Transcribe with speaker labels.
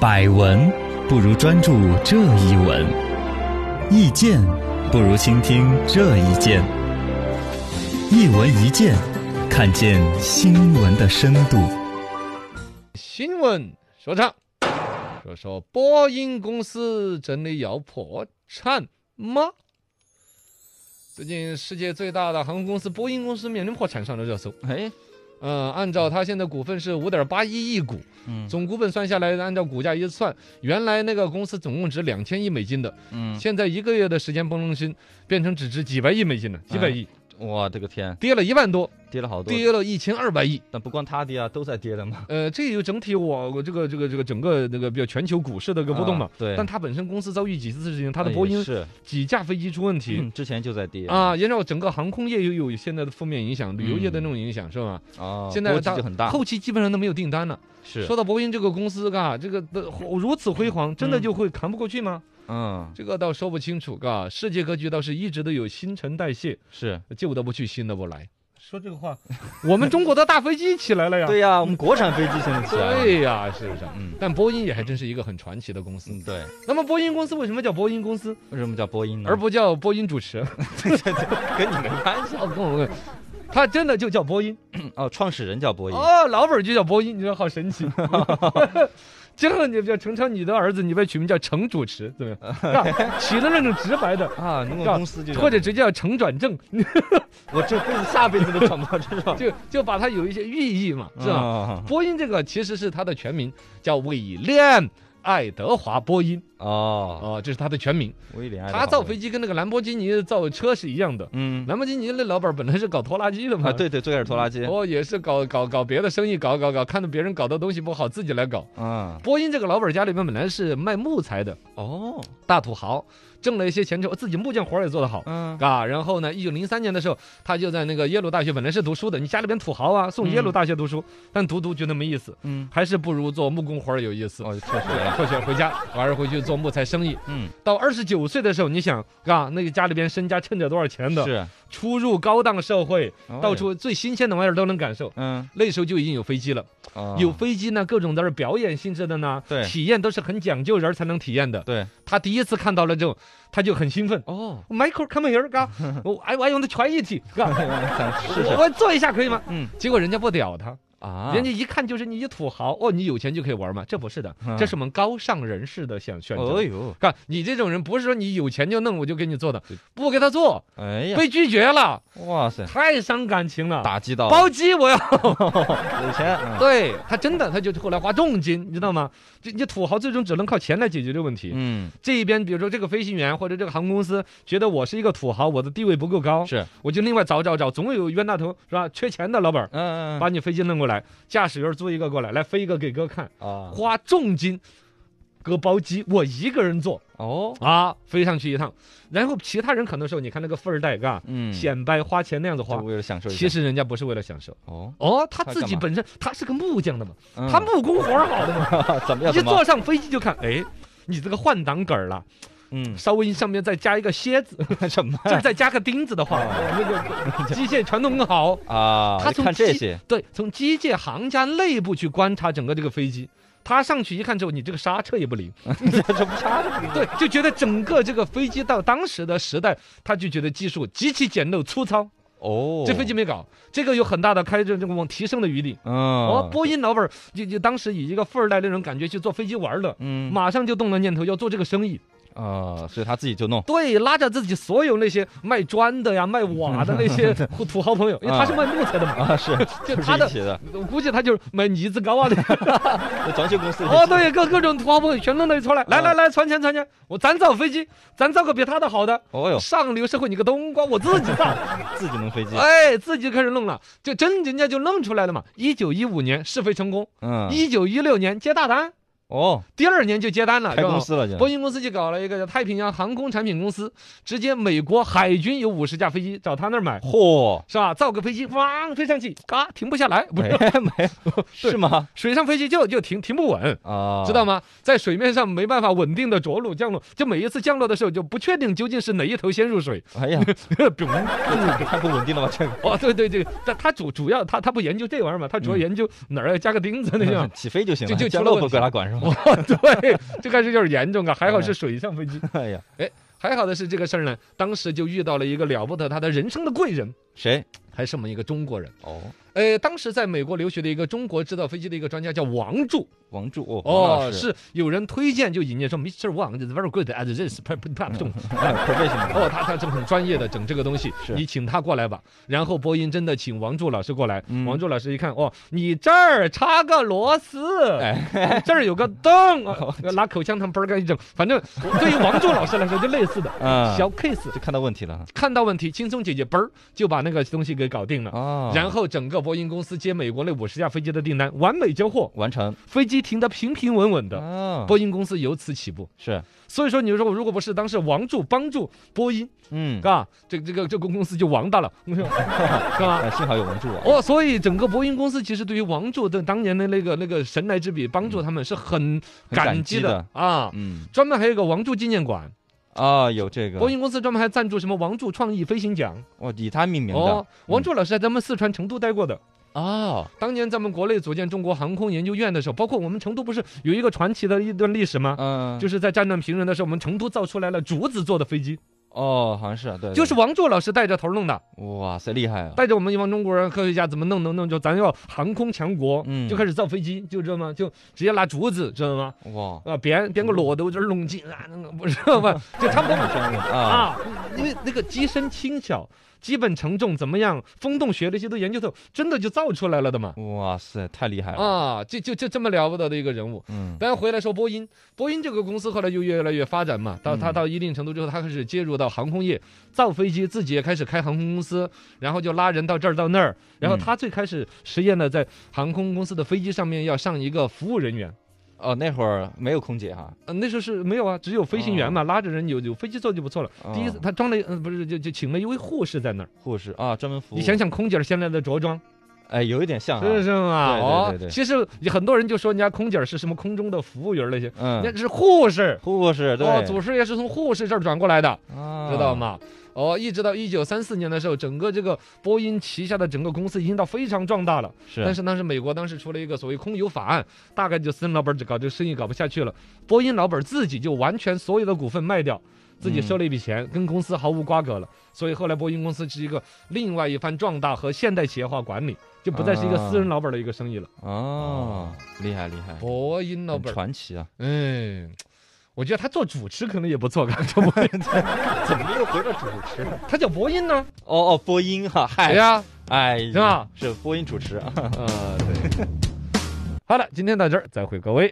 Speaker 1: 百闻不如专注这一闻，意见不如倾听这一见。一闻一见，看见新闻的深度。
Speaker 2: 新闻说唱，说说波音公司真的要破产吗？最近世界最大的航空公司波音公司面临破产上了热搜。
Speaker 1: 哎，
Speaker 2: 嗯，按照它现在股份是五点八一亿股，
Speaker 1: 嗯
Speaker 2: 总股本算下来，按照股价一算，原来那个公司总共值两千亿美金的，
Speaker 1: 嗯，
Speaker 2: 现在一个月的时间崩新，变成只值几百亿美金了，几百亿，
Speaker 1: 我啊这个天，
Speaker 2: 跌了一万多，
Speaker 1: 哎跌了好多，
Speaker 2: 跌了一千二百亿。
Speaker 1: 但不光他跌啊，都在跌了嘛。
Speaker 2: 呃，这就整体我我这个这个这个整个那个比较全球股市的一个波动嘛。
Speaker 1: 啊对
Speaker 2: 但它本身公司遭遇几次事情，它的
Speaker 1: 哎
Speaker 2: 波音
Speaker 1: 是
Speaker 2: 几架飞机出问题。
Speaker 1: 嗯之前就在跌
Speaker 2: 啊，也让整个航空业又有现在的负面影响，旅游业的
Speaker 1: 嗯
Speaker 2: 那种影响、是吧？
Speaker 1: 啊，
Speaker 2: 现在
Speaker 1: 波
Speaker 2: 大
Speaker 1: 及就很大，
Speaker 2: 后期基本上都没有订单了。
Speaker 1: 是
Speaker 2: 说到波音这个公司，嘎，这个的如此辉煌，真的
Speaker 1: 嗯
Speaker 2: 就会扛不过去吗？
Speaker 1: 嗯
Speaker 2: 这个倒说不清楚，嘎，世界格局倒是一直都有新陈代谢，呃
Speaker 1: 是，
Speaker 2: 旧的不去，新的不来。说这个话，我们中国的大飞机起来了呀。
Speaker 1: 对呀，我们国产飞机现在起来了，
Speaker 2: 对呀、是不是？
Speaker 1: 嗯
Speaker 2: 但波音也还真是一个很传奇的公司。
Speaker 1: 嗯对，
Speaker 2: 那么波音公司为什么叫波音公司，
Speaker 1: 为什么叫波音呢？
Speaker 2: 而不叫波音主持人？
Speaker 1: 嗯 跟你没关系
Speaker 2: 哦，跟我问， 他真的就叫波音
Speaker 1: 哦，创始人叫波音，
Speaker 2: 哦，老本儿就叫波音，你说好 神奇。今后你叫程程，你的儿子你被取名叫程主持，怎 么样？是吧起啊了那种直白的，
Speaker 1: 啊，那个
Speaker 2: 叫
Speaker 1: 公司就
Speaker 2: 或者直接叫程转正，
Speaker 1: 我这辈子下辈子都找不到这种，嗯
Speaker 2: 就就把它有一些寓意嘛，是吧？
Speaker 1: 吧？
Speaker 2: 波音这个其实是它的全名，叫威廉·爱德华·波音
Speaker 1: 哦，
Speaker 2: 哦，这是它的全名。
Speaker 1: 威廉爱德华
Speaker 2: 他造飞，机跟那个兰博基尼造车是一样的。
Speaker 1: 嗯
Speaker 2: 兰博基尼那老板儿本来是搞拖拉机的嘛，
Speaker 1: 啊，对对，最开始拖拉机，
Speaker 2: 哦，也是搞搞搞别的生意，搞搞搞，看到别人搞的东西不好，自己来搞。
Speaker 1: 嗯，
Speaker 2: 波音这个老板家里面本来是卖木材的
Speaker 1: 哦，
Speaker 2: 大土豪，挣了一些钱之后，自己木匠活儿也做得好。
Speaker 1: 嗯，
Speaker 2: 啊，然后呢？一九零三年的时候，他就在那个耶鲁大学，本来是读书的，你家里边土豪啊，送耶鲁
Speaker 1: 嗯
Speaker 2: 大学读书，但读读觉得没意思，
Speaker 1: 嗯，
Speaker 2: 还是不如做木工活儿有意思。
Speaker 1: 哦，确实了，
Speaker 2: 或许回家，晚上回去做木材生意。
Speaker 1: 嗯，
Speaker 2: 到二十九岁的时候，你想啊，那个家里边身家趁着多少钱的，
Speaker 1: 是，
Speaker 2: 出入高档社会，
Speaker 1: 哦
Speaker 2: 到，处最新鲜的玩意儿都能感受。
Speaker 1: 嗯，
Speaker 2: 那时候就已经有飞机了，
Speaker 1: 哦
Speaker 2: 有，飞机呢，各种都是表演性质的呢，
Speaker 1: 对
Speaker 2: 体验都是很讲究人儿才能体验的。
Speaker 1: 对，
Speaker 2: 他第一次看到了之后，他就很兴奋。
Speaker 1: 哦，
Speaker 2: Michael come here，嘎， 我 I I want to try it，嘎，
Speaker 1: 想试
Speaker 2: 我
Speaker 1: 试
Speaker 2: 我做一下可以吗？
Speaker 1: 嗯，
Speaker 2: 结果人家不屌他，
Speaker 1: 啊，
Speaker 2: 人家一看就是你一土豪，哦，你有钱就可以玩嘛？这不是的，
Speaker 1: 嗯
Speaker 2: 这是我们高尚人士的想选择。
Speaker 1: 哦呦，
Speaker 2: 看你这种人，不是说你有钱就弄，我就给你做的
Speaker 1: 对，
Speaker 2: 不给他做，
Speaker 1: 哎呀，
Speaker 2: 被拒绝了，
Speaker 1: 哇塞，
Speaker 2: 太伤感情了。
Speaker 1: 打击到了
Speaker 2: 包机我要，
Speaker 1: 有钱，嗯
Speaker 2: 对他真的，他就后来花重金，你知道吗？这这土豪最终只能靠钱来解决这个问题。
Speaker 1: 嗯，
Speaker 2: 这一边，比如说这个飞行员或者这个航空公司，觉得我是一个土豪，我的地位不够高，
Speaker 1: 是，
Speaker 2: 我就另外找找找，总有冤大头是吧？缺钱的老板儿，
Speaker 1: 嗯，
Speaker 2: 把你飞机弄过来，驾驶员租一个过来，来飞一个给哥看，
Speaker 1: 啊，
Speaker 2: 花重金。割包机，我一个人做
Speaker 1: 哦，
Speaker 2: 啊，飞上去一趟，然后其他人可能时候，你看那个富二代，嘎，
Speaker 1: 嗯，
Speaker 2: 显摆花钱那样子
Speaker 1: 就
Speaker 2: 花，
Speaker 1: 为了享受一下，
Speaker 2: 其实人家不是为了享受，
Speaker 1: 哦，
Speaker 2: 哦，他
Speaker 1: 他
Speaker 2: 自
Speaker 1: 干
Speaker 2: 己
Speaker 1: 嘛
Speaker 2: 本身他是个木匠的嘛，
Speaker 1: 嗯
Speaker 2: 他木工活儿好的嘛，
Speaker 1: 怎么样？
Speaker 2: 一
Speaker 1: 怎么样
Speaker 2: 坐上飞机就看，哎，你这个换挡杆儿了，
Speaker 1: 嗯，
Speaker 2: 稍微上面再加一个楔 子，
Speaker 1: 什么
Speaker 2: 就是再加个钉子的话，哎那个机械传统更好。
Speaker 1: 哎啊？
Speaker 2: 他
Speaker 1: 你
Speaker 2: 从
Speaker 1: 看这
Speaker 2: 机
Speaker 1: 些，
Speaker 2: 对，从机械行家内部去观察整个这个飞机。他上去一看之后，你这个刹车也不灵，
Speaker 1: 这不差着呢
Speaker 2: 对，就觉得整个这个飞机到当时的时代，他就觉得技术极其简陋粗糙，
Speaker 1: 哦，
Speaker 2: 这飞机没搞，这个有很大的开着这个往提升的余地。
Speaker 1: 嗯，
Speaker 2: 哦，波音老板儿就就当时以一个富二代那种感觉去做飞机玩儿了，
Speaker 1: 嗯
Speaker 2: 马上就动了念头要做这个生意，
Speaker 1: 啊，所以他自己就弄
Speaker 2: 对，拉着自己所有那些卖砖的呀、卖瓦的 那些土豪朋友，因为他是卖木材的嘛，
Speaker 1: 啊，是
Speaker 2: 就
Speaker 1: 都
Speaker 2: 他
Speaker 1: 是一
Speaker 2: 的，
Speaker 1: 起的，
Speaker 2: 我估计他就是买泥子糕啊 那些
Speaker 1: 那装修公司
Speaker 2: 哦，对，各各种土豪朋友全弄到一撮来，来
Speaker 1: 嗯
Speaker 2: 来来，传钱传钱，我咱造飞机，咱造个比他的好的，
Speaker 1: 哦哟，啊
Speaker 2: 上流社会你个冬瓜，我自己 造，
Speaker 1: 自己弄飞机，
Speaker 2: 哎，自己开始弄了，就真人家就弄出来了嘛。一九一五年试飞成功，
Speaker 1: 嗯，
Speaker 2: 一九一六年接大单，
Speaker 1: 哦，
Speaker 2: 第二年就接单了，
Speaker 1: 开
Speaker 2: 是吧
Speaker 1: 公司了啊就，
Speaker 2: 波音公司就搞了一个叫太平洋航空产品公司，直接美国海军有五十架飞机找他那儿买，
Speaker 1: 嚯，
Speaker 2: 是吧？造个飞机，汪飞上去，嘎停不下来，不
Speaker 1: 没
Speaker 2: 是
Speaker 1: 没有，是吗？
Speaker 2: 水上飞机就就停停不稳。
Speaker 1: 啊，
Speaker 2: 知道吗？在水面上没办法稳定的着陆降落，就每一次降落的时候就不确定究竟是哪一头先入水。
Speaker 1: 哎呀，太不稳定了吧？这
Speaker 2: 哦，对对对，但他主主要他他不研究这玩意儿嘛，他主要
Speaker 1: 嗯
Speaker 2: 研究哪儿要加个钉子那
Speaker 1: 个
Speaker 2: 样
Speaker 1: 。起飞就行
Speaker 2: 就
Speaker 1: 了，
Speaker 2: 就
Speaker 1: 降
Speaker 2: 出
Speaker 1: 落不
Speaker 2: 了问题
Speaker 1: 归他管是
Speaker 2: 火， 对，这开始有点严重 啊，还好是水上飞机。
Speaker 3: 哎呀，
Speaker 2: 还好的是这个事儿呢，当时就遇到了一个了不得他的人生的贵人，
Speaker 3: 谁？
Speaker 2: 还是我们一个中国人。
Speaker 3: 哦，
Speaker 2: 呃，当时在美国留学的一个中国制造飞机的一个专家叫王柱，
Speaker 3: 王柱哦，王
Speaker 2: 哦，
Speaker 3: 老师
Speaker 2: 是有人推荐就引荐说 Mr. Wang is very good at this p r p r 这种。
Speaker 3: 哎，professional，
Speaker 2: 哦，他他这很专业的整这个东西，
Speaker 3: 是
Speaker 2: 你请他过来吧。然后播音真的请王柱老师过来，
Speaker 3: 嗯
Speaker 2: 王柱老师一看，哦，你这儿插个螺丝，
Speaker 3: 哎，
Speaker 2: 这儿有个洞，呃拿口香糖嘣儿干一整，反正对于王柱老师来说就类似的
Speaker 3: 嗯，
Speaker 2: 小 case，
Speaker 3: 就看到问题了
Speaker 2: 看到问题轻松解决，嘣儿就把那个东西给搞定了。
Speaker 1: 哦
Speaker 3: 啊，
Speaker 2: 然后整个波音公司接美国那五十架飞机的订单，完美交货，
Speaker 3: 完成
Speaker 2: 飞机停得平平稳稳的。
Speaker 3: 啊，
Speaker 1: 哦
Speaker 2: 波音公司由此起步，
Speaker 3: 是，
Speaker 2: 所以说你说我如果不是当时王柱帮助波音，
Speaker 3: 嗯，
Speaker 2: 啊，这这个这个公司就王大了， 是吧？
Speaker 3: 哎幸好有王柱啊，
Speaker 2: 哦，所以整个波音公司其实对于王柱的当年的那个那个神来之笔帮助他们是很
Speaker 3: 很感
Speaker 2: 感激
Speaker 3: 激
Speaker 2: 的啊。
Speaker 3: 嗯，
Speaker 2: 专门还有一个王柱纪念馆，
Speaker 3: 啊，有这个
Speaker 2: 波，音公司专门还赞助什么王柱创意飞行奖
Speaker 3: 哦，以他命名的
Speaker 2: 哦。王柱老师在咱们四川成都待过的，
Speaker 3: 啊，
Speaker 2: 当年咱们国内组建中国航空研究院的时候，包括我们成都不是有一个传奇的一段历史吗？
Speaker 3: 嗯，
Speaker 2: 就是在战乱平原的时候，我们成都造出来了竹子做的飞机，
Speaker 3: 哦，好像是，对，对
Speaker 2: 就是王柱老师带着头弄的。
Speaker 3: 哇塞，厉害啊，
Speaker 2: 带着我们一帮中国人科学家怎么弄弄弄，就咱要航空强国，
Speaker 3: 嗯
Speaker 2: 就开始造飞机，就知道吗？就直接拿竹子，知道吗？
Speaker 3: 哇，
Speaker 2: 啊，编编个螺头，这儿弄进啊，那个不是吧？就他们
Speaker 3: 啊，
Speaker 2: 啊，因为那个机身轻巧，基本承重怎么样，风洞学这些都研究透，真的就造出来了的嘛。
Speaker 3: 哇塞，太厉害了，
Speaker 2: 啊，就就就这么了不得的一个人物。
Speaker 3: 嗯，
Speaker 2: 但回来说波音，波音这个公司后来就越来越发展嘛，到它
Speaker 3: 嗯
Speaker 2: 到一定程度之后，它开始介入到航空业，造飞机，自己也开始开航空公司，然后就拉人到这儿到那儿，然后
Speaker 3: 嗯
Speaker 2: 他最开始实验呢，在航空公司的飞机上面要上一个服务人员。
Speaker 3: 哦，那会儿没有空姐哈，
Speaker 2: 呃，那时候是没有啊，只有飞行员嘛，拉着人有有飞机坐就不错了。第一次
Speaker 3: 哦
Speaker 2: 他装了，嗯、不是就就请了一位护士在那儿。
Speaker 3: 护士啊，专门服务，
Speaker 2: 你想想空姐儿现在的着装，
Speaker 3: 哎，有一点像啊，
Speaker 2: 是不是嘛？
Speaker 3: 对对
Speaker 2: 哦
Speaker 3: 对对
Speaker 2: 其实有很多人就说人家空姐儿是什么空中的服务员儿那些，人家
Speaker 3: 嗯，
Speaker 2: 是护士。
Speaker 3: 护士对，
Speaker 2: 哦，祖师爷是从护士这儿转过来的，
Speaker 3: 啊
Speaker 2: 知道？吗？哦，一直到一九三四年的时候，整个这个波音旗下的整个公司已经到非常壮大了。
Speaker 3: 是，
Speaker 2: 但是当时美国当时出了一个所谓空油法案，大概就森老板只搞这个生意搞不下去了，波音老板自己就完全所有的股份卖掉，自
Speaker 3: 嗯
Speaker 2: 己收了一笔钱，跟公司毫无瓜葛了。所以后来波音公司是一个另外一番壮大和现代企业化管理，就不再是一个私人老板的一个生意
Speaker 3: 哎
Speaker 2: 了。
Speaker 3: 哦，厉害厉害，
Speaker 2: 波音老
Speaker 3: 很
Speaker 2: 板，
Speaker 3: 传奇啊！
Speaker 2: 嗯，我觉得他做主持可能也不错，感觉波音
Speaker 3: 怎么又回到主持？
Speaker 2: 他叫波音呢？
Speaker 3: 哦哦，播音哈，
Speaker 2: 哎
Speaker 3: 嗨，
Speaker 2: 呀，
Speaker 3: 哎，
Speaker 2: 是吧？
Speaker 3: 是播音主持啊。
Speaker 2: 啊，对。好了，今天到这儿，再会各位。